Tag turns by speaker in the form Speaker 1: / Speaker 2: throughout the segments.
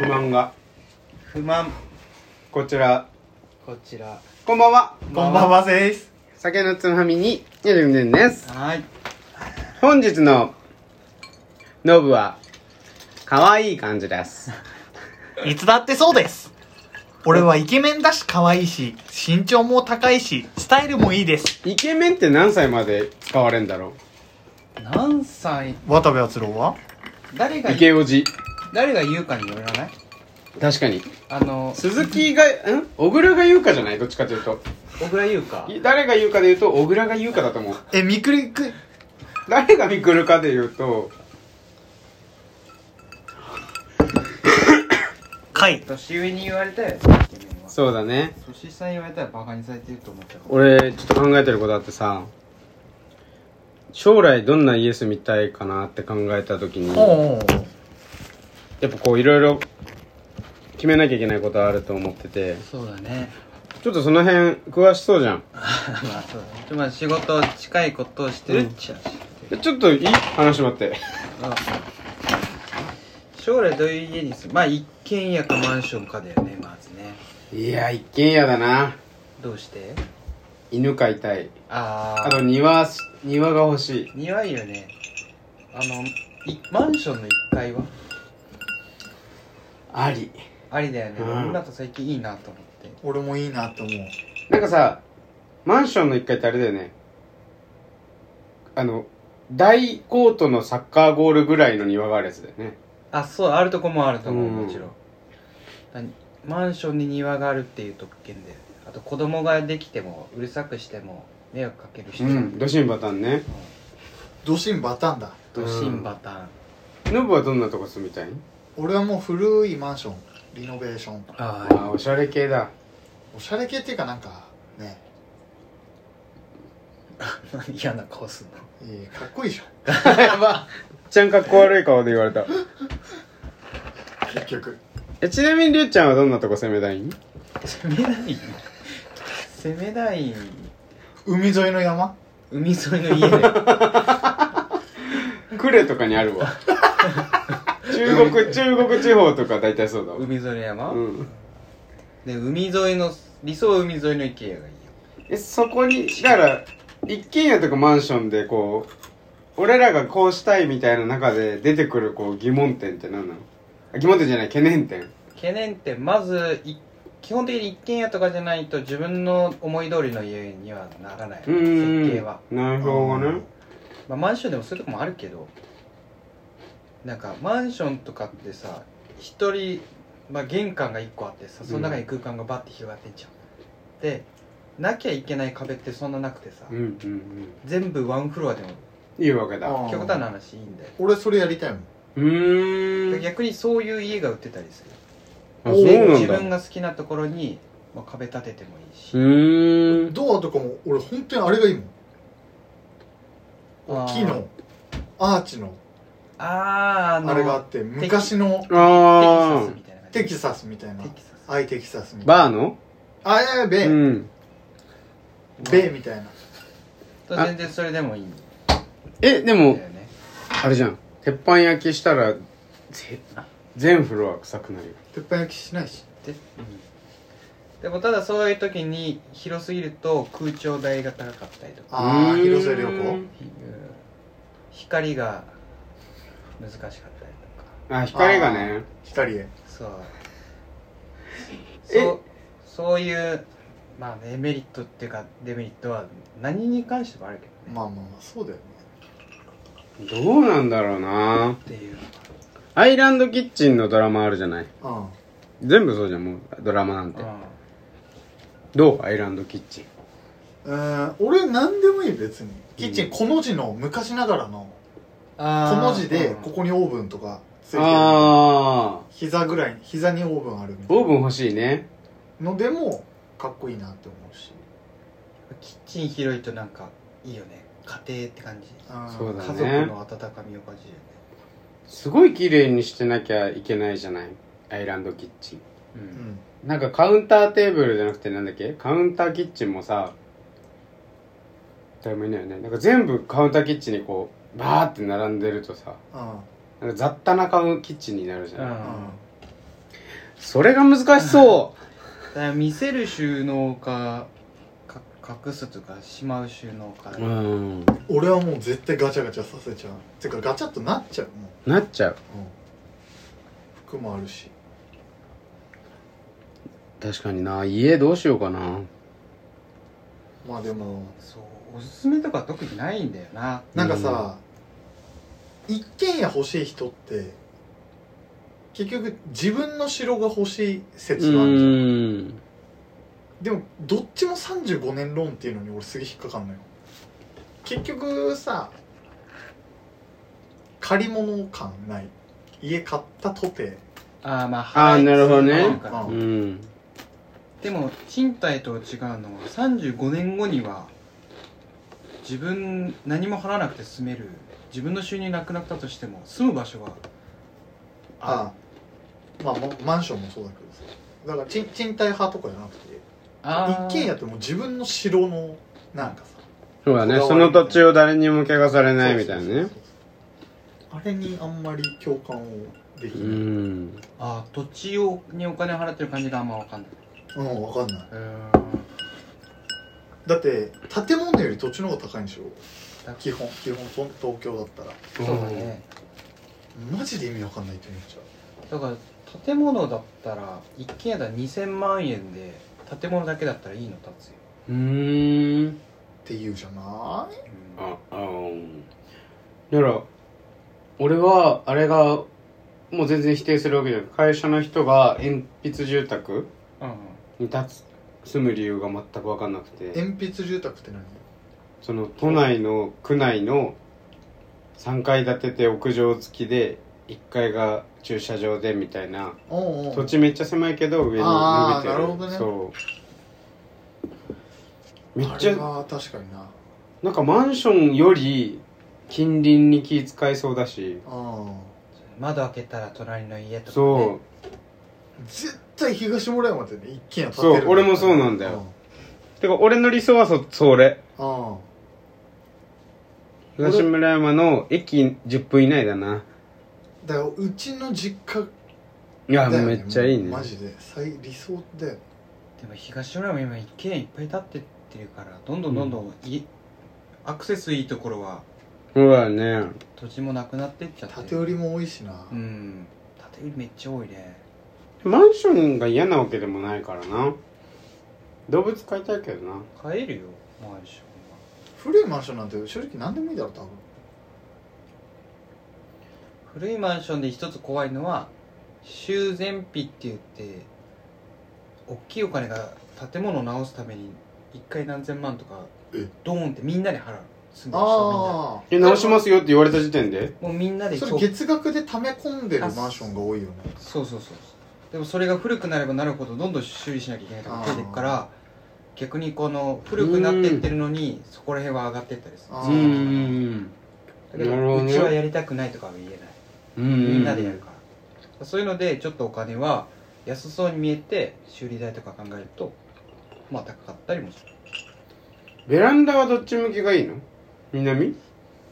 Speaker 1: 不満が
Speaker 2: 不満
Speaker 1: こちら
Speaker 2: こちら
Speaker 1: こんばんは
Speaker 3: こんばんはです。
Speaker 1: 酒のつまみに24年です
Speaker 2: はい
Speaker 1: 本日のノブは可愛い感じです
Speaker 3: いつだってそうです。俺はイケメンだし可愛いし、身長も高いし、スタイルもいいです。
Speaker 1: イケメンって何歳まで使われんだろ
Speaker 2: 何歳
Speaker 3: 渡部篤郎は
Speaker 2: 誰
Speaker 1: う
Speaker 2: が
Speaker 1: イケおじ
Speaker 2: 誰が言うかによらない
Speaker 1: 確かに
Speaker 2: あの
Speaker 1: 鈴木がん小倉が優香じゃないどっちかというと
Speaker 2: 小倉優香
Speaker 1: い誰が優香でいうと小倉が優香だと思う
Speaker 3: え、みくりく、
Speaker 1: 誰がミクルかでいうと
Speaker 3: かい。
Speaker 2: 年上に言われたよイケメンは
Speaker 1: そうだね
Speaker 2: 年下に言われたらバカにされてると思ったから
Speaker 1: 俺ちょっと考えてることあってさ将来どんな家住みたいかなって考えた時に
Speaker 3: おうおう
Speaker 1: やっぱこういろいろ決めなきゃいけないことあると思ってて
Speaker 2: そうだね
Speaker 1: ちょっとその辺詳しそうじゃん
Speaker 2: まあそうだねまあ仕事近いことをしてるっちゃ、
Speaker 1: でちょっといい話待って
Speaker 2: あ将来どういう家に住むまあ一軒家かマンションかだよねまずね
Speaker 1: いや一軒家だな
Speaker 2: どうして
Speaker 1: 犬飼いたい
Speaker 2: あ
Speaker 1: あ
Speaker 2: あ
Speaker 1: と庭し庭が欲しい
Speaker 2: 庭いいよねあのいマンションの1階は
Speaker 1: あり
Speaker 2: ありだよね、
Speaker 1: うん
Speaker 2: 俺なんか最近いいなと思って
Speaker 3: 俺もいいなと思う。
Speaker 1: なんかさマンションの1階ってあれだよねあの大コートのサッカーゴールぐらいの庭があるやつだよね
Speaker 2: あそうあるとこもあると思う、
Speaker 1: うん
Speaker 2: もちろんだマンションに庭があるっていう特権だよねあと子供ができてもうるさくしても迷惑かけるし、
Speaker 1: うんドシンバタンね
Speaker 3: ドシンバタンだ。
Speaker 2: ドシンバターン、
Speaker 1: ノブはどんなとこ住みたい
Speaker 3: 俺はもう古いマンション、リノベーション。
Speaker 2: あ
Speaker 1: あ
Speaker 2: あ
Speaker 1: あおしゃれ系だ
Speaker 3: おしゃれ系っていうかなんか、ね、
Speaker 2: 嫌な顔すんの
Speaker 3: いいかっこいいじゃ
Speaker 1: やばっちゃんかっこ悪い顔で言われた
Speaker 3: ん。結局。
Speaker 1: えちなみにりゅうちゃんはどんなとこ攻めたいん
Speaker 2: 攻めない攻めない
Speaker 3: 海沿いの山
Speaker 2: 海沿いの家だよ
Speaker 1: 呉とかにあるわ中国中国地方とか大体そうだわ
Speaker 2: 海沿いの山、
Speaker 1: うん
Speaker 2: で海沿いの理想は海沿いの一軒家がいいよ
Speaker 1: えそこにだから一軒家とかマンションでこう俺らがこうしたいみたいな中で出てくるこう疑問点って何なのあ疑問点じゃない懸念点
Speaker 2: 懸念ってまずい基本的に一軒家とかじゃないと自分の思い通りの家にはならない
Speaker 1: うんうん
Speaker 2: 設計は、
Speaker 1: 内容が
Speaker 3: う
Speaker 1: ね
Speaker 3: ん
Speaker 2: まあ、マンションでもそういうとこもあるけどなんかマンションとかってさ一人、まあ、玄関が一個あってさその中に空間がバッて広がってんじゃん、でなきゃいけない壁ってそんななくてさ、
Speaker 1: うんうん
Speaker 2: 全部ワンフロアでも
Speaker 1: うんいいわけだ
Speaker 3: あー
Speaker 2: 極端な話いいんだよ
Speaker 3: 俺それやりたいもん。
Speaker 1: うーん
Speaker 2: 逆にそういう家が売ってたりする
Speaker 1: あそうなんだ
Speaker 2: 自分が好きなところに、まあ、壁立ててもいいし、
Speaker 1: うーん
Speaker 3: ドアとかも俺本当にあれがいいもん。大きいの。アーチの
Speaker 2: あーあの
Speaker 3: あれがあって昔の
Speaker 1: あ
Speaker 2: テキサスみたいな感じテ
Speaker 3: テキサスみたいな
Speaker 2: キサス
Speaker 3: アイテキサスみ
Speaker 1: あ
Speaker 3: たいな
Speaker 1: バーの
Speaker 3: あいやいやベ
Speaker 1: う
Speaker 3: ー
Speaker 1: ん
Speaker 3: ベーみたいな
Speaker 2: と全然それでもいいんだ
Speaker 1: えで
Speaker 2: よ
Speaker 1: も
Speaker 2: ね
Speaker 1: あれじゃん鉄板焼きしたらぜ全フロア臭くなるよ
Speaker 3: 鉄板焼きしないし
Speaker 2: で,、うん、でもただそういう時に広すぎると空調代が高かったりとか
Speaker 3: ああ
Speaker 1: うーん
Speaker 3: 広瀬良子
Speaker 2: うん光が難しかったりとか
Speaker 1: あ光がね
Speaker 3: 光へ
Speaker 2: そう
Speaker 1: え
Speaker 2: そうそういうまあねメリットっていうかデメリットは何に関してもあるけどね
Speaker 3: まあまあまあそうだよね
Speaker 1: どうなんだろうな
Speaker 2: っていう
Speaker 1: アイランドキッチンのドラマあるじゃない
Speaker 3: うん
Speaker 1: 全部そうじゃんもうドラマなんて
Speaker 2: うん
Speaker 1: どうアイランドキッチン
Speaker 3: うーん俺何でもいい別にキッチン小の字の昔ながらの
Speaker 2: あ
Speaker 3: 小
Speaker 2: ー
Speaker 3: の字で
Speaker 2: うん
Speaker 3: ここにオーブンとかついてる
Speaker 1: ああ
Speaker 3: 膝ぐらいに膝にオーブンあるみたいな
Speaker 1: オーブン欲しいね
Speaker 3: のでもかっこいいなって思うし
Speaker 2: キッチン広いとなんかいいよね家庭って感じ、
Speaker 3: うん
Speaker 1: そうだ
Speaker 2: 家
Speaker 1: ね
Speaker 2: 族の温かみを感じるよね
Speaker 1: すごい綺麗にしてなきゃいけないじゃないアイランドキッチン
Speaker 2: う
Speaker 3: うんん
Speaker 1: なんかカウンターテーブルじゃなくてなんだっけカウンターキッチンもさ誰もいないよねなんか全部カウンターキッチンにこうバーって並んでるとさ
Speaker 3: う
Speaker 1: な
Speaker 3: ん
Speaker 1: んか雑多なカウンキッチンになるじゃ、
Speaker 2: うん
Speaker 3: うん
Speaker 2: ん
Speaker 1: それが難しそ
Speaker 2: だから見せる収納かか隠すというかしまう収納 か、
Speaker 1: ううん
Speaker 3: 俺はもう絶対ガチャガチャさせちゃうてかガチャっとなっちゃうも
Speaker 1: なっちゃう
Speaker 3: う、うん、服もあるし
Speaker 1: 確かにな家どうしようかな
Speaker 3: まあでも
Speaker 2: そうおすすめとか特にないんだよな
Speaker 3: なんかさ、一軒家欲しい人って結局自分の城が欲しい説があるじゃん
Speaker 1: ん
Speaker 3: でもどっちも35年ローンっていうのに俺すげえ引っかかんのよ結局さ借り物感ない家買ったとて
Speaker 2: ああまあ
Speaker 1: あーなるほどね
Speaker 2: 払い続けるから
Speaker 3: うん
Speaker 1: うん
Speaker 2: でも賃貸と違うのは35年後には自分何も払わなくて住める自分の収入なくなったとしても住む場所が
Speaker 3: あまあママンションもそうだけどさだから賃賃貸派とかじゃなくて
Speaker 2: あー
Speaker 3: 一軒家ってもう自分の城のなんかさ
Speaker 1: そうだね
Speaker 3: こだわり
Speaker 1: その土地を誰にも汚されないみたい
Speaker 3: そうそう
Speaker 1: なね
Speaker 3: そうそうあれにあんまり共感をで
Speaker 1: う
Speaker 3: きないうん
Speaker 1: ん
Speaker 2: あー土地をにお金払ってる感じがあんま分かんない
Speaker 3: 分かんないう
Speaker 2: ーん
Speaker 3: だって建物より土地の方が高いんでしょ
Speaker 2: だ
Speaker 3: 基本基本と東京だったら
Speaker 2: そうだね
Speaker 3: マジで意味わかんないって言っちゃ
Speaker 2: だ
Speaker 3: う
Speaker 2: から建物だったら一軒家だったら2000万円で建物だけだったらいいの建つよ、
Speaker 1: うん
Speaker 3: って言うじゃな
Speaker 2: うん
Speaker 1: ああうんだから俺はあれがもう全然否定するわけじゃない会社の人が鉛筆住宅
Speaker 2: うん
Speaker 1: に立つ住む理由が全く分かんなくて
Speaker 3: い鉛筆住宅って何
Speaker 1: その都内の区内の3階建てて屋上付きで1階が駐車場でみたいな
Speaker 3: おうおう
Speaker 1: 土地めっちゃ狭いけど上に伸びてる
Speaker 3: あーなるほどね
Speaker 1: そうめっち
Speaker 3: あれ
Speaker 1: ゃ
Speaker 3: は確かにな
Speaker 1: なんかマンションより近隣に気使いそうだし
Speaker 3: あ
Speaker 2: 窓開けたら隣の家とか、ね、
Speaker 1: そう
Speaker 3: 絶対東村山ってね一軒家建てる
Speaker 1: そう俺もそうなんだよてか俺の理想はそそれ
Speaker 3: ああ
Speaker 1: 東村山の駅10分以内だな
Speaker 3: だからうちの実家
Speaker 1: いや、
Speaker 3: だよね
Speaker 1: めっちゃいいね
Speaker 3: マジで最理想だよ
Speaker 2: でも東浦も今一軒家いっぱい建ってってるからどんどんどんどんい、アクセスいいところは
Speaker 1: そうだね
Speaker 2: 土地もなくなってっちゃって
Speaker 3: 建て売りも多いしな、
Speaker 2: うん建て売りめっちゃ多いね
Speaker 1: マンションが嫌なわけでもないからな動物飼いたいけどな
Speaker 2: 買えるよマンショ
Speaker 3: 古いマンションなんて正直何でもいいだろ多分
Speaker 2: ンは古いマンションで一つ怖いのは修繕費って言って大きいお金が建物を直すために一回何千万とか
Speaker 3: え
Speaker 2: ドーンってみんなで払う住んでる人みんな
Speaker 3: ああ
Speaker 1: え直しますよって言われた時点で
Speaker 2: もうみんなで
Speaker 3: そ
Speaker 2: そ
Speaker 3: れ
Speaker 2: う
Speaker 3: 月額で溜め込んでるマンションが多いよね
Speaker 2: そうそうそうでもそれが古くなればなるほどどんどん修理しなきゃいけないとか増えていくから逆にこの古くなってってるのにそこら辺は上がってったりする
Speaker 3: あ
Speaker 1: う
Speaker 3: ー
Speaker 1: ーん
Speaker 2: だけど
Speaker 1: なるほど
Speaker 2: う
Speaker 1: ね
Speaker 2: ちはやりたくないとかは言えない
Speaker 1: み
Speaker 2: みんなでやるからそういうのでちょっとお金は安そうに見えて修理代とか考えるとまあ高かったりもする
Speaker 1: ベランダはどっち向きがいいの南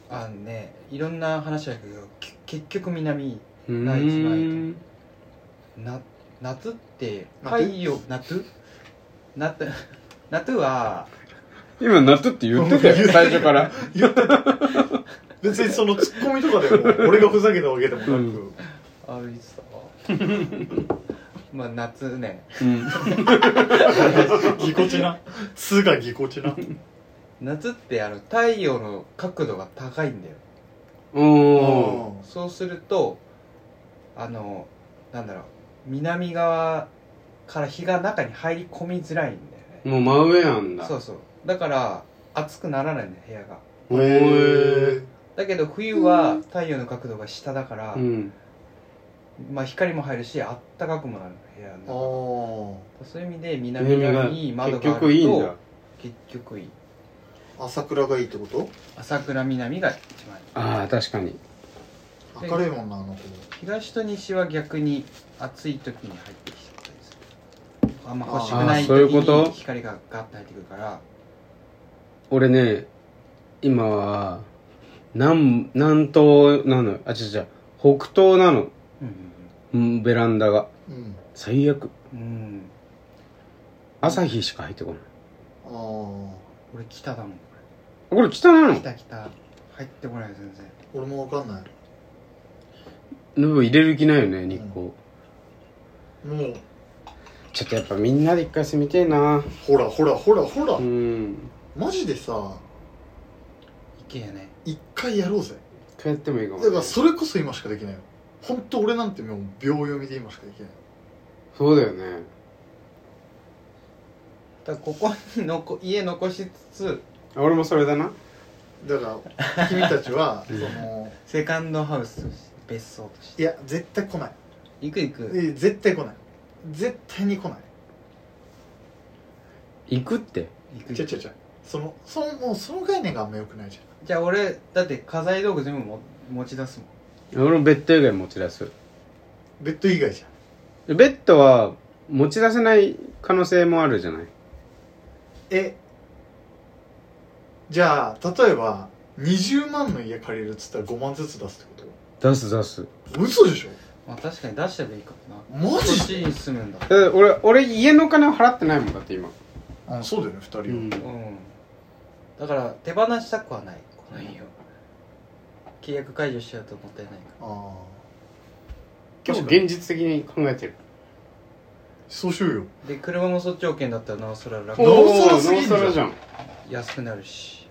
Speaker 2: あのねいろんな話だけどけ結局南
Speaker 1: うーん
Speaker 2: ない一番いいな夏って太陽夏夏夏は
Speaker 1: 今夏って言ってたよ最初 から
Speaker 3: 別にそのツッコミとかで も俺がふざけたわけでもなく、
Speaker 1: うん
Speaker 2: 歩いてた まあ夏ね
Speaker 1: うん
Speaker 3: ぎこちな「つ」がぎこちな
Speaker 2: 夏ってあの太陽の角度が高いんだよ
Speaker 1: おー
Speaker 2: そうするとあのなんだろう南側から日が中に入り込みづらいんだ
Speaker 1: も
Speaker 2: よね
Speaker 1: う真上なんだ
Speaker 2: そうそうだから暑くならないんだよ部屋が
Speaker 1: へー
Speaker 2: だけど冬は太陽の角度が下だから、
Speaker 1: うん
Speaker 2: まあ光も入るしあったかくもなる部屋
Speaker 3: あ
Speaker 2: の
Speaker 3: ー
Speaker 2: 中そういう意味で南側に窓
Speaker 1: 結
Speaker 2: があると
Speaker 1: 局いいんだ
Speaker 2: 結局いい
Speaker 3: 朝倉がいいってこと
Speaker 2: 朝倉南が一番いい
Speaker 1: ああ確かに
Speaker 3: 明るいもんなあの子
Speaker 2: 東と西は逆に暑い時に入ってきちゃったりするあんま欲しく
Speaker 1: あ
Speaker 2: な
Speaker 1: ー
Speaker 2: い
Speaker 1: そういうこと
Speaker 2: 時に光がガッて入ってくるから
Speaker 1: 俺ね今は南南東なのよあ違う違う北東なの
Speaker 2: うんうんうん
Speaker 1: うんベランダが
Speaker 3: うん
Speaker 1: 最悪
Speaker 2: うん
Speaker 1: 朝日しか入ってこない
Speaker 3: ああ
Speaker 2: 俺北だもん
Speaker 1: これ北なの
Speaker 2: 北北入ってこない全然
Speaker 3: 俺もわかんない
Speaker 1: でも入れる気ないよね日光、
Speaker 3: もう
Speaker 1: ちょっとやっぱみんなで一回住みてえな
Speaker 3: ほらほらほらほら、
Speaker 1: うん
Speaker 3: マジでさ
Speaker 2: 一軒やね
Speaker 3: 一回やろうぜ
Speaker 1: 一回やってもいいかも、
Speaker 3: だ
Speaker 1: ね、
Speaker 3: からそれこそ今しかできないよ本当俺なんてもう秒読みで今しかできない
Speaker 1: そうだよね
Speaker 2: だからここにのこ家残しつつ
Speaker 1: あ俺もそれだな
Speaker 3: だから君たちはそ
Speaker 1: うん
Speaker 3: の
Speaker 2: セカンドハウスとして別荘とし
Speaker 3: い
Speaker 2: て
Speaker 3: や絶対来ない
Speaker 2: 行く行く
Speaker 3: え絶対来ない絶対に来ない
Speaker 1: 行くって
Speaker 2: 行く
Speaker 3: 違う
Speaker 2: 行
Speaker 3: 違
Speaker 2: く
Speaker 3: う違うそのそのもうその概念があんま良くないじ
Speaker 2: じゃあ俺だって家財道具全部も持ち出すもん
Speaker 1: 俺もベッド以外持ち出す
Speaker 3: ゃんベッド以外じゃん
Speaker 1: ベッドは持ち出せない可能性もあるじゃない
Speaker 3: えじゃあ例えば20万の家借りるっつったら5万ずつ出すってこ
Speaker 1: 出す出す
Speaker 3: と嘘でしょ
Speaker 2: まあ確かに出してもいいかもな
Speaker 3: マ
Speaker 2: こっ
Speaker 3: ジ
Speaker 2: ち
Speaker 3: で
Speaker 2: に住むんだ
Speaker 1: だって俺俺家のお金を払ってないもんだって今
Speaker 3: あそうだよね2人は、
Speaker 2: うんだから手放したくはないこの家を契約解除しちゃうともったいないか
Speaker 3: ああ
Speaker 1: 結構現実的に考えてる
Speaker 3: そうしようよ
Speaker 2: らで車もそっち OK だったらなおさら楽
Speaker 3: おなおさら
Speaker 1: おー
Speaker 3: すぎんじゃ
Speaker 1: なお
Speaker 3: ん
Speaker 1: さらじゃん
Speaker 2: 安くなるし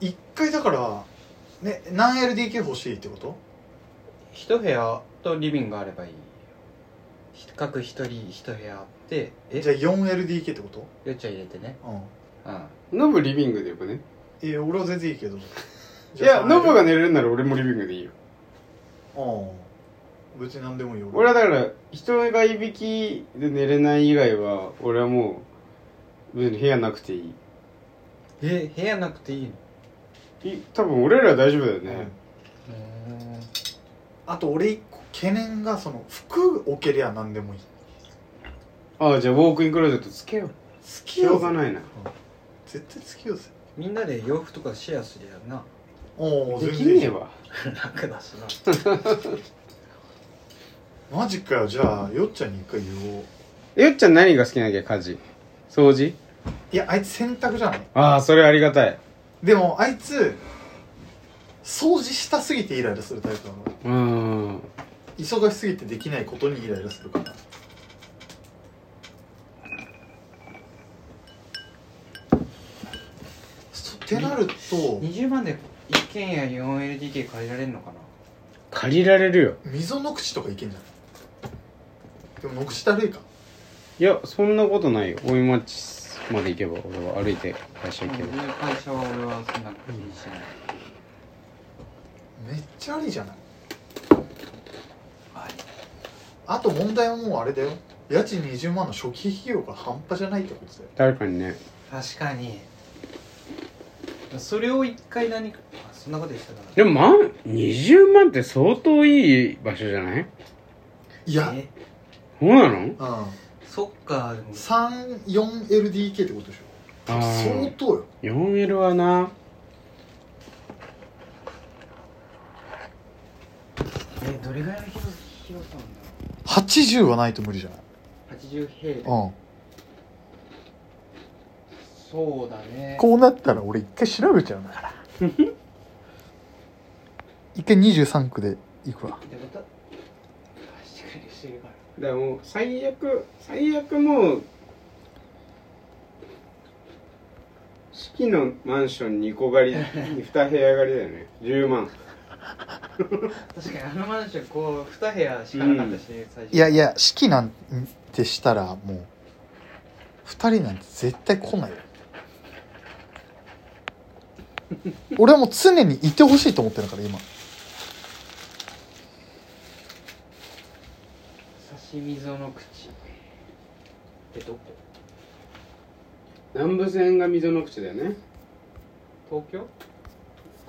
Speaker 3: 一回だからね何 LDK 欲しいってこと
Speaker 2: 一部屋とリビングがあればいいよひ各一人一部屋あってえ
Speaker 3: じゃあ 4LDK ってこと
Speaker 2: よっちゃん入れてね
Speaker 3: うん
Speaker 2: うん
Speaker 1: ノブリビングでよくね
Speaker 3: いや俺は全然いいけど
Speaker 1: いやノブが
Speaker 3: ね
Speaker 1: 寝れるなら俺もリビングでいいよ
Speaker 3: うん別に何でもいいよ
Speaker 1: 俺はだから人がいびきで寝れない以外は俺はもう別に部屋なくていい
Speaker 2: え部屋なくていいの
Speaker 1: い多分俺らは大丈夫だよね、
Speaker 2: うん
Speaker 3: あと俺一個懸念がその服置けりゃ何でもいい好
Speaker 1: ああじゃあウォークインクローゼットつけよう
Speaker 3: き
Speaker 1: しょ
Speaker 3: よ
Speaker 1: うがないな
Speaker 3: 絶対好きよぜ
Speaker 2: みんなで洋服とかシェアすりゃな
Speaker 3: おお
Speaker 1: で
Speaker 3: 全
Speaker 1: き
Speaker 3: 然いい
Speaker 1: ね
Speaker 3: じ
Speaker 1: え
Speaker 3: ゃん
Speaker 1: わ
Speaker 2: 楽だしな
Speaker 3: マジかよじゃあよっちゃんに一回言おう
Speaker 1: よっちゃん何が好きなんだっけ家事掃除
Speaker 3: いやあいつ洗濯じゃない
Speaker 1: ああそれありがたい
Speaker 3: でもあいつ掃除したすぎてイライラするタイプなの
Speaker 1: うーん
Speaker 3: 忙しすぎてできないことにイライラするからそってなると
Speaker 2: 20万で一軒家 4LDK 借りられるのかな
Speaker 1: 借りられるよ
Speaker 3: 溝の口とかいけんじゃないでもの口だるいか
Speaker 1: いやそんなことないよ大井町まで行けば俺は歩いて会社行け
Speaker 2: う
Speaker 1: ば
Speaker 2: ん会社は俺はそんな気にしてない
Speaker 3: めっちゃありじゃないあと問題はもうあれだよ家賃20万の初期費用が半端じゃないってことだよ
Speaker 1: 誰かにね
Speaker 2: 確かにそれを一回何かあそんなこと言ってたから
Speaker 1: でもまあ20万って相当いい場所じゃない
Speaker 3: いや
Speaker 2: え
Speaker 1: そうなの
Speaker 3: うん
Speaker 2: そっかでも
Speaker 3: 34LDK ってことでしょ
Speaker 1: あ
Speaker 3: 相
Speaker 1: あ
Speaker 3: 当よ
Speaker 1: 4L はな
Speaker 2: えどれぐらいの広広さなんだろ
Speaker 3: 80はないと無理じゃないう
Speaker 2: 80平米
Speaker 3: うん
Speaker 2: そうだね
Speaker 3: こうなったら俺一回調べちゃうんだから 一回23区で行くわ
Speaker 2: ってこと貸してくれる人いるから
Speaker 1: でもう最悪最悪もう式のマンション2個借り2部屋借りだよね10万
Speaker 2: 確かにあのマンションこう2部屋しかなかったし、最初
Speaker 3: いやいや式なんてしたらもう二人なんて絶対来ないよ俺はもう常にいてほしいと思ってるから今
Speaker 2: 刺身溝の口えどこ
Speaker 1: 南部線が溝の口だよね
Speaker 2: 東京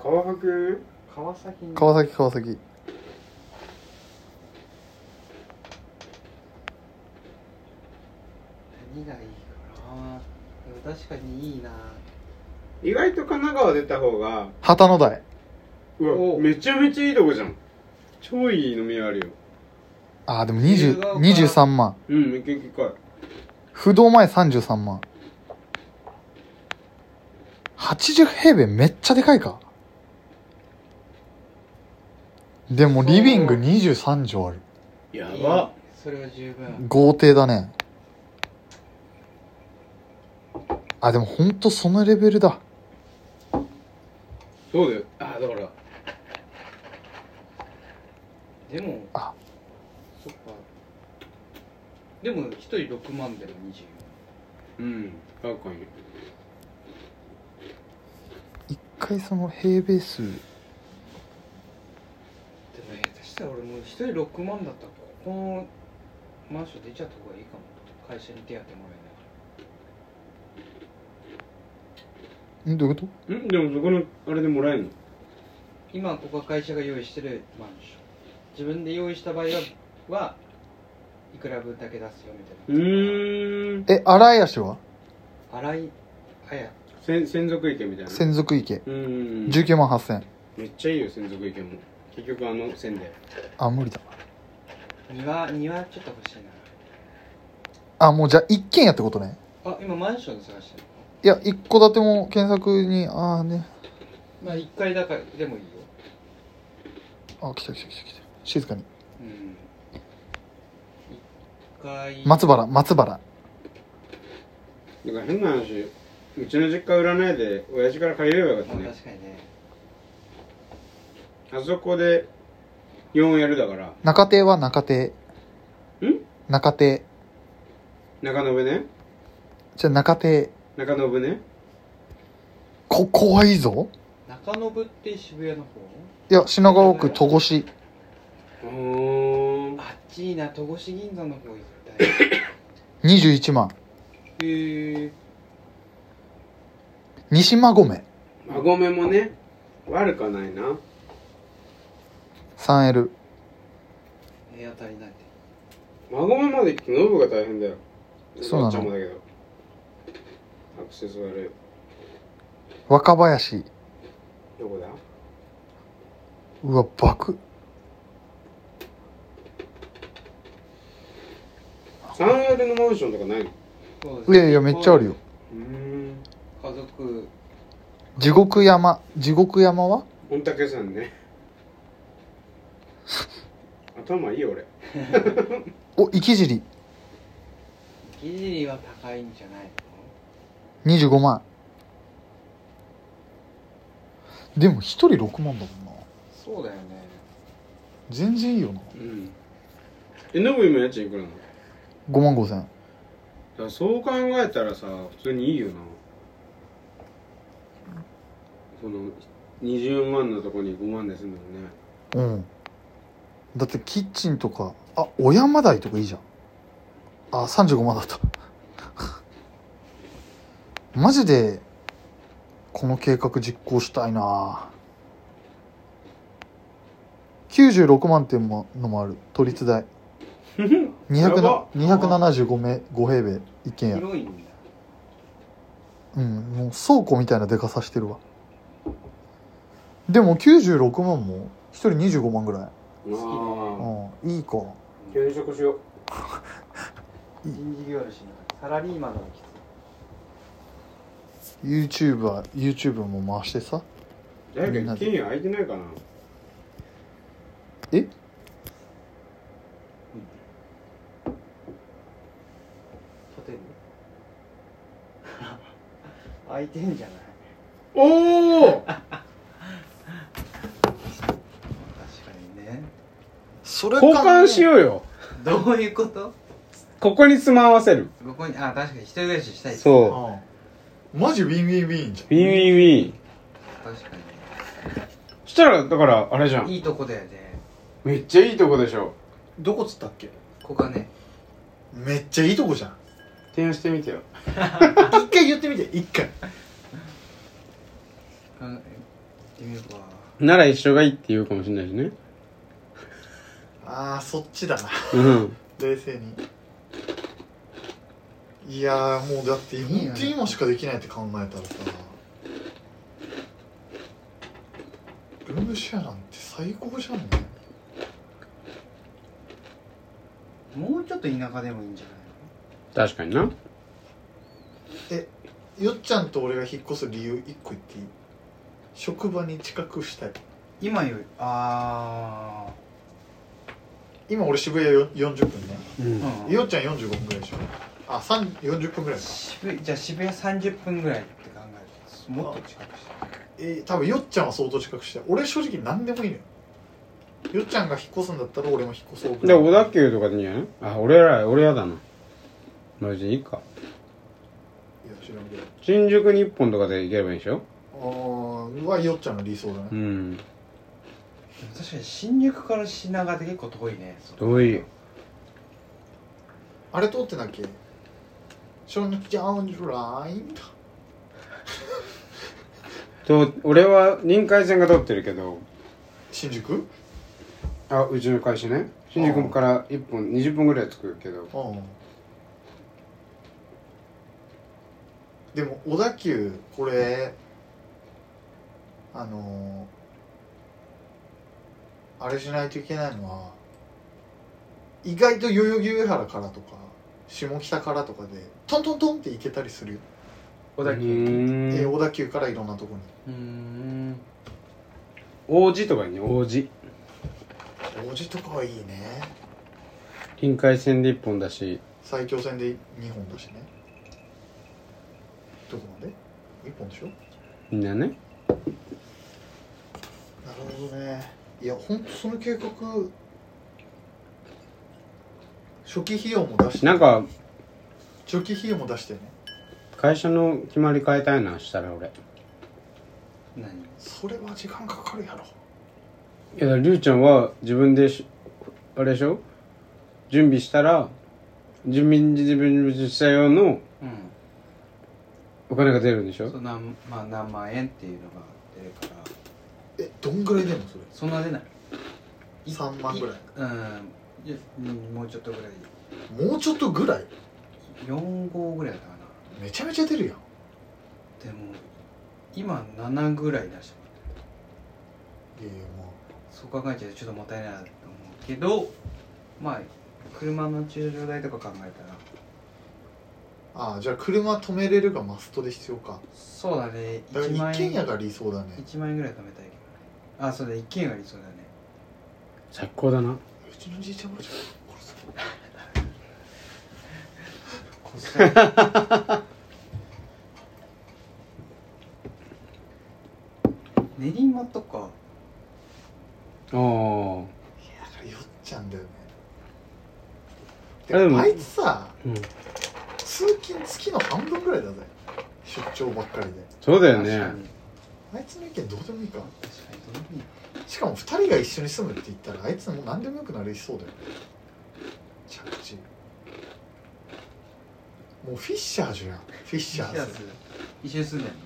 Speaker 1: 川博
Speaker 2: 川崎に
Speaker 3: 川崎川崎
Speaker 2: 何がいいかなでも確かにいいな
Speaker 1: 意外と神奈川出た方が
Speaker 3: 旗の台
Speaker 1: う
Speaker 2: お
Speaker 1: わめちゃめちゃいいとこじゃん超いい飲み屋あるよ
Speaker 3: ああでも
Speaker 2: 自由が丘
Speaker 3: 20 23万
Speaker 1: うん一軒一軒来い
Speaker 3: 不動前33万80平米めっちゃでかいかでもリビング23畳ある
Speaker 1: や
Speaker 2: ばそれは十分
Speaker 3: 豪邸だねあでもほんとそのレベルだ
Speaker 1: そうだよあだから
Speaker 2: でも
Speaker 3: あ
Speaker 2: そっかでも一人6万でも24
Speaker 1: うん確かに
Speaker 3: 一回その平米数
Speaker 2: でも下手したら俺もう一人6万だったらここのマンション出ちゃった方がいいかも会社に手当てもら
Speaker 3: んどういうこと
Speaker 1: んでもそこのあれでもらえるの
Speaker 2: えながら今ここは会社が用意してるマンション自分で用意した場合ははいくら分だけ出すよみた
Speaker 1: う
Speaker 2: いな
Speaker 1: ーん
Speaker 3: え荒井足は
Speaker 2: 洗いあや
Speaker 1: せん専属池みたいな
Speaker 3: 専属池
Speaker 1: うーん
Speaker 3: 19万8000
Speaker 1: めっちゃいいよ専属池も結局あの線で
Speaker 3: あ無理だ
Speaker 2: 庭庭ちょっと欲しい
Speaker 3: あもうじゃあ一軒家ってことね
Speaker 2: なあ今マンション探してる
Speaker 3: いや一戸建ても検索にああね
Speaker 2: のまあ1階だからでもいいよ
Speaker 3: あ来た来た来た来た静かに
Speaker 2: うん1階
Speaker 3: 松原松原
Speaker 1: だから変な話うちの実家売らないで親父から借りればよか
Speaker 2: ま
Speaker 1: った
Speaker 2: あ
Speaker 1: ね
Speaker 2: 確かにね
Speaker 1: あそこで 4L だから
Speaker 3: 中庭は中庭ん中庭
Speaker 1: 中延ね
Speaker 3: じゃあ中庭
Speaker 1: 中延ね
Speaker 3: ここはいいぞ
Speaker 2: 中延って渋谷の方
Speaker 3: いや品川区戸越
Speaker 1: うーん
Speaker 2: あっちいいな戸越銀座の方行ったい
Speaker 3: 21万
Speaker 2: へえ
Speaker 3: 西馬込
Speaker 1: 馬込もね悪かないな
Speaker 3: 3L
Speaker 2: 部屋足りないって
Speaker 1: 馬込まで行くとノブが大変だよ
Speaker 3: そうなの
Speaker 1: おっちゃんもだけどアクセス悪
Speaker 3: 若林
Speaker 1: いどこだ
Speaker 3: うわ爆
Speaker 1: 3L のマンションとかないの
Speaker 2: そうです
Speaker 3: い
Speaker 2: ね
Speaker 3: やいやめっちゃあるよ
Speaker 1: うーん
Speaker 2: 家族
Speaker 3: 地獄山地獄山は
Speaker 1: 御嶽山 ね頭いいよ俺
Speaker 3: お池尻
Speaker 2: ギリは高いんじゃないの
Speaker 3: 25万でも一人6万だもんな
Speaker 2: そうだよね
Speaker 3: 全然いいよな
Speaker 1: うんえノブ今家賃いくらなの
Speaker 3: 5万5千
Speaker 1: だからそう考えたらさ普通にいいよなその20万のとこに5万ですもんね
Speaker 3: うんだってキッチンとかあ小山台とかいいじゃんあ35万だった マジでこの計画実行したいな96万点ものもある都 立大
Speaker 1: やば
Speaker 3: 200 275名5平米一軒家
Speaker 2: 広いんだ
Speaker 3: うんもう倉庫みたいなでかさしてるわでも96万も1人25万ぐらい
Speaker 1: ああ
Speaker 3: うんいいか
Speaker 1: 転職しよう
Speaker 2: 人事業主のサラリーマンの方がきつい
Speaker 3: YouTuber、YouTube も回してさ。
Speaker 1: 誰か一軒家空いてないかな
Speaker 3: え
Speaker 2: ホテル 空いてんじゃない
Speaker 1: おお
Speaker 2: 確かにね
Speaker 3: それ
Speaker 1: 交換しようよ
Speaker 2: どういうこと
Speaker 1: ここに住まわせる
Speaker 2: ここにあ確かに一人暮らししたいです
Speaker 1: そう
Speaker 4: うんマジウィンウィンウィンじ
Speaker 1: ウィンウィンウィン
Speaker 2: 確か
Speaker 1: そしたらだからあれじゃ
Speaker 2: に
Speaker 1: ん
Speaker 2: いいとこだよね
Speaker 1: めっちゃいいとこでしょ
Speaker 4: ゃんどこっつったっけ
Speaker 2: ここはね
Speaker 4: めっちゃいいとこじゃん
Speaker 1: 提案してみてよ
Speaker 4: 一回言ってみて一回
Speaker 2: あ行ってみようか
Speaker 1: なら一緒がいいって言うかもしれないしね
Speaker 4: ああそっちだな
Speaker 1: うん
Speaker 4: 冷静にいやーもうだって本当に今しかできないって考えたらさルームシェアなんて最高じゃんね
Speaker 2: もうちょっと田舎でもいいんじゃない
Speaker 1: 確かにな
Speaker 3: よっちゃんと俺が引っ越す理由一個言っていい職場に近くしたい
Speaker 2: 今よりああ
Speaker 3: 今俺渋谷よ40分ね
Speaker 1: うん
Speaker 2: うん
Speaker 3: よっちゃん45分ぐらいでしょあ三40分ぐらいか
Speaker 2: 渋いじゃあ渋谷30分ぐらいって考えてますもっと近くして
Speaker 3: えー、多分よっちゃんは相当近くして俺正直何でもいいのよよっちゃんが引っ越すんだったら俺も引っ越そうぐ
Speaker 1: で
Speaker 3: らい
Speaker 1: 小田急とかでいいんじゃないあ俺ら俺やだなマジでいいか
Speaker 3: いや知らんけど
Speaker 1: 新宿に1本とかで行ければいいんでしょ
Speaker 3: ああはよっちゃんの理想だね、
Speaker 1: うん
Speaker 2: でも確かに新宿から品川って結構遠いね
Speaker 1: 遠い
Speaker 3: あれ通ってなっけショーンジャーンジュライン
Speaker 1: と俺は臨海線が通ってるけど
Speaker 3: 新宿
Speaker 1: あうちの会社ね新宿から1本20分ぐらい着くけど
Speaker 3: ああでも小田急これあのーあれしないといけないのは意外と代々木上原からとか下北からとかでトントントンって行けたりするよ、
Speaker 2: 小
Speaker 1: うー
Speaker 3: えー
Speaker 1: ん
Speaker 3: 小田急からいろんなとこに
Speaker 2: うん
Speaker 1: 王子とかにね王子
Speaker 3: 王子とかはいいね
Speaker 1: 臨海線で1本だし
Speaker 3: 埼京線で2本だしねどこまで ?1 本でしょ
Speaker 1: みんなね
Speaker 3: なるほどねいやほんとその計画初期費用も出して
Speaker 1: なんか
Speaker 3: 初期費用も出してね
Speaker 1: 会社の決まり変えたいなしたら俺い
Speaker 2: 何
Speaker 3: それは時間かかるやろ
Speaker 1: やだからりゅうちゃんは自分でしあれでしょ準備したら準備自分した用の
Speaker 2: うん
Speaker 1: お金が出るんでしょ
Speaker 2: そうなんまあ何万円っていうのが出るから
Speaker 3: えどんぐらい出んのそれ
Speaker 2: そんな出ないい
Speaker 3: 3万ぐらい
Speaker 2: うんいやうんもうちょっとぐらい
Speaker 3: もうちょっとぐらい
Speaker 2: 4号ぐらいかな
Speaker 3: めちゃめちゃ出るやん
Speaker 2: でも今7ぐらい出してもらってる
Speaker 3: いやいやも
Speaker 2: そう考えちゃうとちょっともったいないなと思うけどまあ車の駐車場代とか考えたら
Speaker 3: うああじゃあ車止めれるがマストで必要か
Speaker 2: そうだね
Speaker 3: だ
Speaker 2: 1
Speaker 3: から
Speaker 2: 万
Speaker 3: 一軒
Speaker 2: 円
Speaker 3: 家が理想だね
Speaker 2: 1万円ぐらい貯めたいけどねあそうだ一軒家が理想だね
Speaker 1: 最高だな
Speaker 3: うちのじいちゃんもじゃあ
Speaker 2: こ
Speaker 3: 殺す
Speaker 2: っそり練馬とか
Speaker 1: ああ
Speaker 3: だからよっちゃんだよね
Speaker 1: あで
Speaker 3: で
Speaker 1: も
Speaker 3: あいつさ
Speaker 1: うん
Speaker 3: 通勤月の半分ぐらいだぜ出張ばっかりで
Speaker 1: そうだよ
Speaker 2: 確かに
Speaker 1: ね
Speaker 3: あいつの意見どうでもいい
Speaker 2: 確
Speaker 3: か
Speaker 2: かにどうでもいい
Speaker 3: しかも2人が一緒に住むって言ったらあいつもう何でもよくなりそうだよ着地もうフィッシャーズやんフィッシャーズ
Speaker 2: 一緒に住んでんの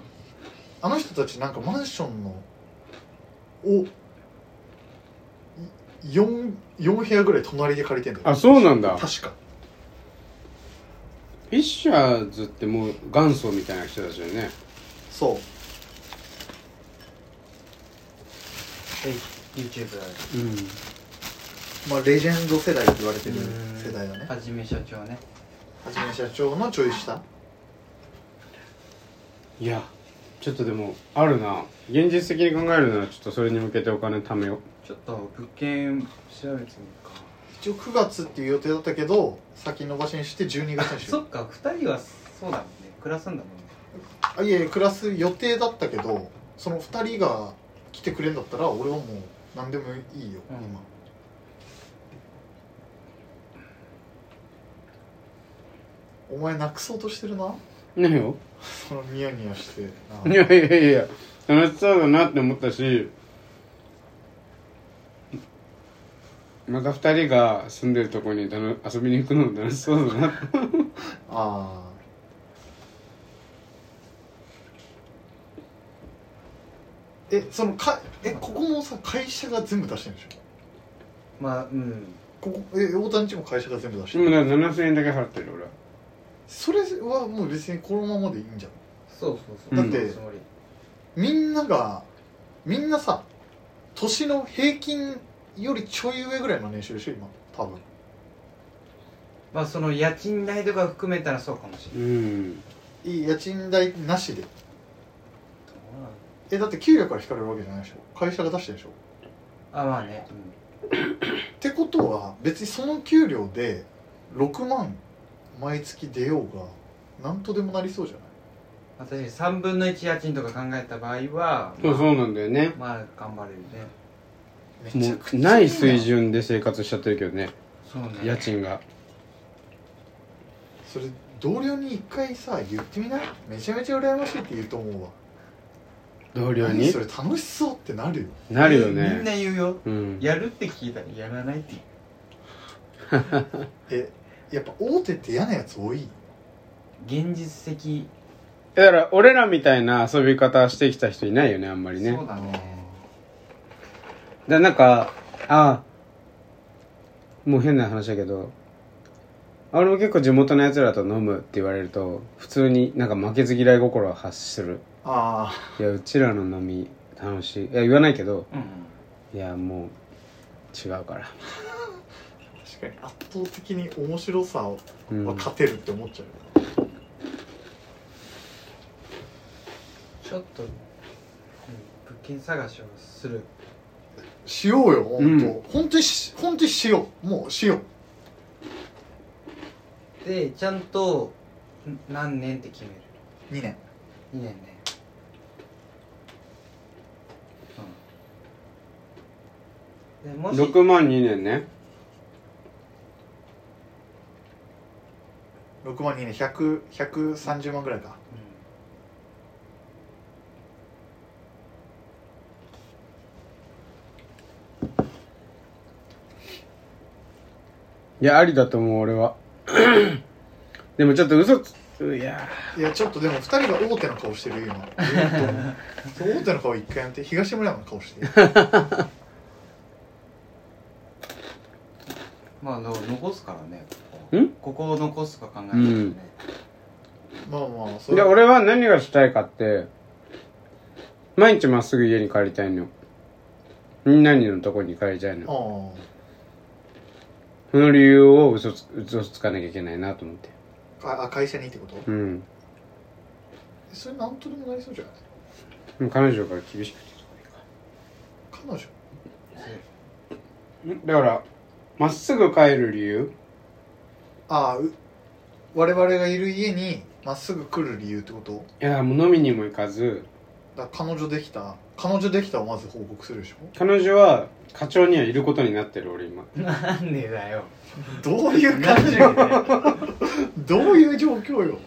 Speaker 3: あの人たちなんかマンションのを 4, 4部屋ぐらい隣で借りてんだよ
Speaker 1: あそうなんだフ
Speaker 3: 確か
Speaker 1: ィッシャーズってもう元祖みたいな人たちだよね
Speaker 3: そう
Speaker 2: え YouTube だね
Speaker 1: う
Speaker 3: まあレジェンド世代って言われてる
Speaker 2: うん
Speaker 3: 世代だね
Speaker 2: はじめ社長ね
Speaker 3: はじめ社長のちょい下
Speaker 1: んいやちょっとでもあるな現実的に考えるならちょっとそれに向けてお金貯めよ
Speaker 2: ちょっと物件調べてみるか
Speaker 3: 一応9月っていう予定だったけど先延ばしにして12月にしよ
Speaker 2: そうっか2人はそうだもんね暮らすんだもんね
Speaker 3: あいやいや暮らす予定だったけどその2人が来てくれんだったら俺はもう何でもいいよ、
Speaker 2: うん
Speaker 3: 今お前なくそうとしてるな
Speaker 1: う何よ
Speaker 3: そのニヤニヤして
Speaker 1: い
Speaker 3: な
Speaker 1: やいやいや楽しそうだなって思ったしまた二人が住んでるとこにたの遊びに行くのも楽しそうだなって
Speaker 3: あーえそのかえここもさ会社が全部出してるんでしょ
Speaker 2: まあうん
Speaker 3: ここえ大谷んちも会社が全部出してる
Speaker 1: 今だから7000円だけ払ってる俺は
Speaker 3: それはもう別にこのままでいいんじゃん
Speaker 2: そうそうそう
Speaker 1: だって
Speaker 2: そのつもり
Speaker 3: みんながみんなさ年の平均よりちょい上ぐらいの年収でしょ今多分
Speaker 2: まあその家賃代とか含めたらそうかもしれない
Speaker 1: うん
Speaker 3: いい家賃代なしで
Speaker 2: どうなんだ
Speaker 3: えだって給料から引かれるわけじゃないでしょ会社が出してるでしょ
Speaker 2: あまあね、
Speaker 3: ってことは別にその給料で6万毎月出ようが何とでもなりそうじゃない
Speaker 2: まあ、確かに3分の1家賃とか考えた場合は
Speaker 1: そうそうなんだよね
Speaker 2: まあ頑張れるね
Speaker 1: もうない水準で生活しちゃってるけどね
Speaker 2: そうね
Speaker 1: 家賃が
Speaker 3: それ同僚に一回さ言ってみないめちゃめちゃ羨ましいって言うと思うわ
Speaker 1: 同僚
Speaker 3: 何
Speaker 1: に
Speaker 3: それ楽しそうってなるよ
Speaker 1: なるよ
Speaker 2: みんな
Speaker 1: ね
Speaker 2: 言うよ
Speaker 1: うん
Speaker 2: やるって聞いたらやらないって言う
Speaker 3: えやっぱ大手って嫌なやつ多い
Speaker 2: 現実的、
Speaker 1: だから俺らみたいな遊び方してきた人いないよねあんまりね
Speaker 2: そうだね
Speaker 1: だなんかあもう変な話だけど俺も結構地元のやつらと飲むって言われると普通になんか負けず嫌い心を発する
Speaker 3: ああ
Speaker 1: いやうちらの飲み楽しいいや言わないけど
Speaker 2: うんうん
Speaker 1: いやもう違うから、
Speaker 3: 確かに圧倒的に面白さは
Speaker 1: うん、
Speaker 3: 勝てるって思っちゃうよ、
Speaker 2: ちょっと、うん物件探しをする
Speaker 3: しようよ本当、
Speaker 1: うん
Speaker 3: 本当にし本当にしようもうしよう
Speaker 2: でちゃんとん何年って決め
Speaker 5: 2
Speaker 2: る
Speaker 5: 年
Speaker 2: 2年ねうんでもし
Speaker 1: 6万2年ね
Speaker 3: 6万2年100 130万ぐらいか
Speaker 1: いやありだと思う俺は でもちょっと嘘ついや
Speaker 3: いやちょっとでも2人が大手の顔してるよ今そう大手の顔一回やめて東村山の顔して
Speaker 2: まあでも残すからね
Speaker 1: ん
Speaker 2: ここここを残すか考えたら
Speaker 1: う
Speaker 2: ね、
Speaker 1: ん
Speaker 3: まあまあそ
Speaker 1: い
Speaker 3: れ
Speaker 1: や俺は何がしたいかって毎日まっすぐ家に帰りたいのみんなにのとこに帰りたいの
Speaker 3: あ
Speaker 1: その理由を嘘つ嘘つかなきゃいけないなと思って
Speaker 3: あああ会社にってこと
Speaker 1: うん
Speaker 3: それなんとでもなりそうじゃない
Speaker 1: でも彼女が厳しくて
Speaker 3: 彼女
Speaker 1: んだからまっすぐ帰る理由
Speaker 3: ああう我々がいる家にまっすぐ来る理由ってこと
Speaker 1: いやもう飲みにも行かず
Speaker 3: だから彼女できた彼女できたをまず報告するでしょ
Speaker 1: 彼女は課長にはいることになってる俺今
Speaker 2: なんでだよ
Speaker 3: どういう
Speaker 2: な
Speaker 3: 感
Speaker 2: ん
Speaker 3: じ
Speaker 2: でだよ
Speaker 3: どういう状況よ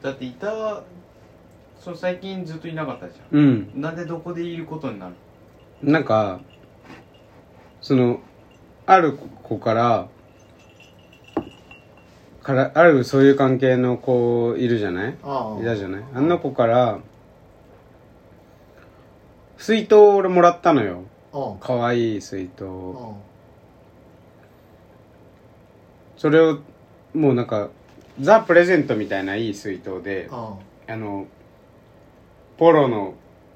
Speaker 2: だっていたそう最近ずっといなかったじゃ
Speaker 1: うん
Speaker 2: んなんでどこでいることになる
Speaker 1: なんかそのある子からからあるそういう関係の子いるじゃない
Speaker 3: あ
Speaker 1: い
Speaker 3: あ
Speaker 1: たじゃないあの子から水筒を俺もらったのよ
Speaker 3: あ
Speaker 1: かわいい水筒
Speaker 3: ああ
Speaker 1: それをもうなんかザ・プレゼントみたいないい水筒で
Speaker 3: ああ
Speaker 1: あのポロの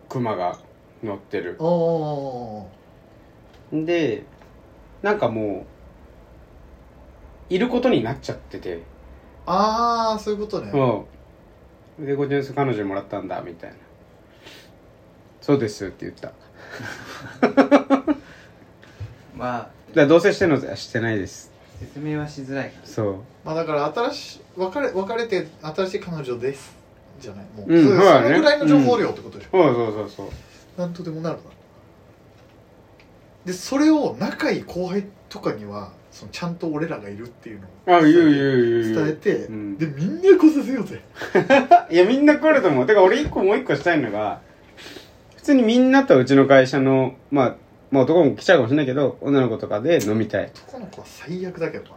Speaker 1: クマが乗ってる
Speaker 3: ああ
Speaker 1: でなんかもういることになっちゃってて
Speaker 3: ああそういうことね
Speaker 1: うんで「こっちの彼女もらったんだ」みたいな「そうです」って言っただか
Speaker 2: まあ
Speaker 1: ら同棲してんのあしてないです
Speaker 2: 説明はしづらいから
Speaker 1: そ
Speaker 3: まあだから新しい別れ別れて新しい彼女ですじゃないもう、
Speaker 1: うん
Speaker 3: それ
Speaker 1: そう
Speaker 3: そ
Speaker 1: だね
Speaker 3: のぐらいの情報量ってことでしょ、
Speaker 1: うそうそうそうそう
Speaker 3: なんとでもなるなでそれを仲いい後輩とかにはそのちゃんと俺らがいるっていうのを
Speaker 1: あ言う言う言う
Speaker 3: 伝えて、
Speaker 1: うん
Speaker 3: でみんな来させようぜ
Speaker 1: いやみんな来ると思うてか俺一個もう一個したいのが普通にみんなとうちの会社のまあまあ男も来ちゃうかもしれないけど女の子とかで飲みたい
Speaker 3: 男の子は最悪だけどな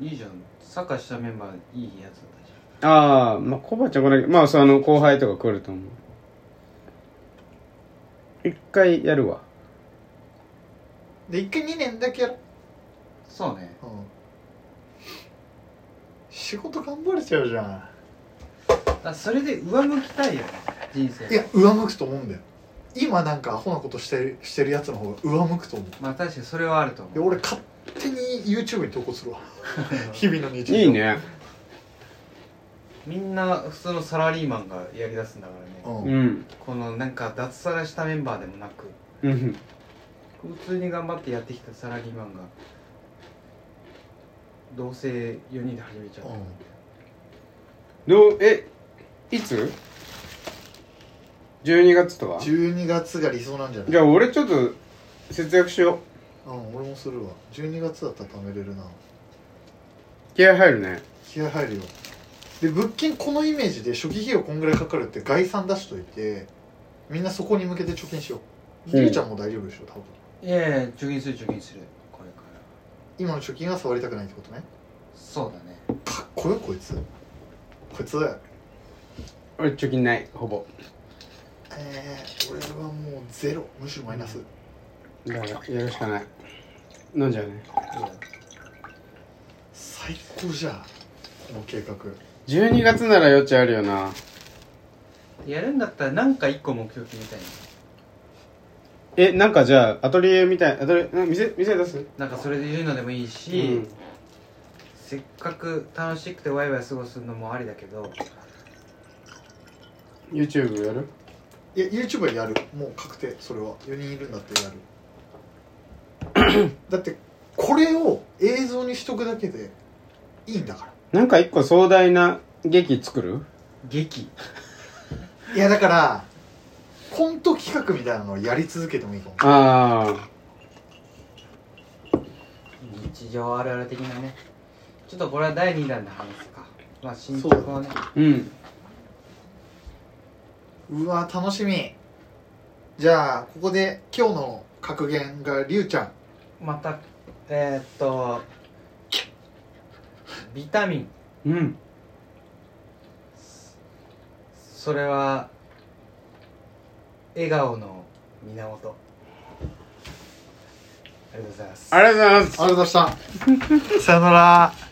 Speaker 3: い
Speaker 2: いじゃんサッカーしたメンバーいいやつだったじ
Speaker 1: ああまあコバちゃん来ないけどまあその後輩とか来ると思う一回やるわ
Speaker 3: で一回2年だけやろ
Speaker 2: ゃんそうね
Speaker 3: うん仕事頑張れちゃうじゃん
Speaker 2: あそれで上向きたいよね人生
Speaker 3: いや上向くと思うんだよ今なんかアホなことしてるしてるやつの方が上向くと思う
Speaker 2: まあ確かにそれはあると
Speaker 3: で
Speaker 2: 思う
Speaker 3: 俺勝手に YouTube に投稿す るわ日々の日常
Speaker 1: いいね
Speaker 2: みんな普通のサラリーマンがやりだすんだから
Speaker 3: う
Speaker 2: ね、
Speaker 3: ん、
Speaker 1: うん
Speaker 2: このなんか脱サラしたメンバーでもなく
Speaker 1: うん
Speaker 2: 普通に頑張ってやってきたサラリーマンが同棲4人で始めちゃった、
Speaker 3: うん
Speaker 1: どうえいつ ?12 月とは
Speaker 3: 12月が理想なんじゃない
Speaker 1: じゃあ俺ちょっと節約しよ
Speaker 3: うん俺もするわ12月だったら貯めれるな
Speaker 1: う気合入るね
Speaker 3: 気合入るよで物件このイメージで初期費用こんぐらいかかるって概算出しといてみんなそこに向けて貯金しよう
Speaker 1: うん
Speaker 3: りゅうちゃんも大丈夫でしょ多分
Speaker 2: いやいや貯金する貯金するこれから
Speaker 3: 今の貯金は触りたくないってことね
Speaker 2: そうだね
Speaker 3: かっこよこいつこいつ
Speaker 1: 俺貯金ないほぼ
Speaker 3: えー、俺はもうゼロむしろマイナス、
Speaker 1: だからやるしかない飲んじゃうね
Speaker 3: 最高じゃんこの計画
Speaker 1: 12月なら余地あるよな
Speaker 2: やるんだったら何か1個目標決めたいね
Speaker 1: えなんかじゃあアトリエみたいアトリエな店店出す
Speaker 2: なんかそれで言うのでもいいし、
Speaker 1: うん
Speaker 2: せっかく楽しくてワイワイ過ごすのもありだけど
Speaker 1: YouTube やる
Speaker 3: いや YouTube はやるもう確定それは4人いるんだってやる だってこれを映像にしとくだけでいいんだか
Speaker 1: なんか一個壮大な劇作る
Speaker 2: 激
Speaker 3: らいやだからコント企画みたいなのをやり続けてもいいかも
Speaker 1: ああ
Speaker 2: 日常あるある的なねちょっとこれは第2弾で話すかまあ進捗はね
Speaker 1: うん
Speaker 3: うわ楽しみじゃあここで今日の格言がりゅうちゃん
Speaker 2: またえー、っとビタミン
Speaker 1: うん
Speaker 2: それは笑顔の源ありがとうございます
Speaker 1: ありがとうございます
Speaker 3: ありがとうございました
Speaker 6: さよなら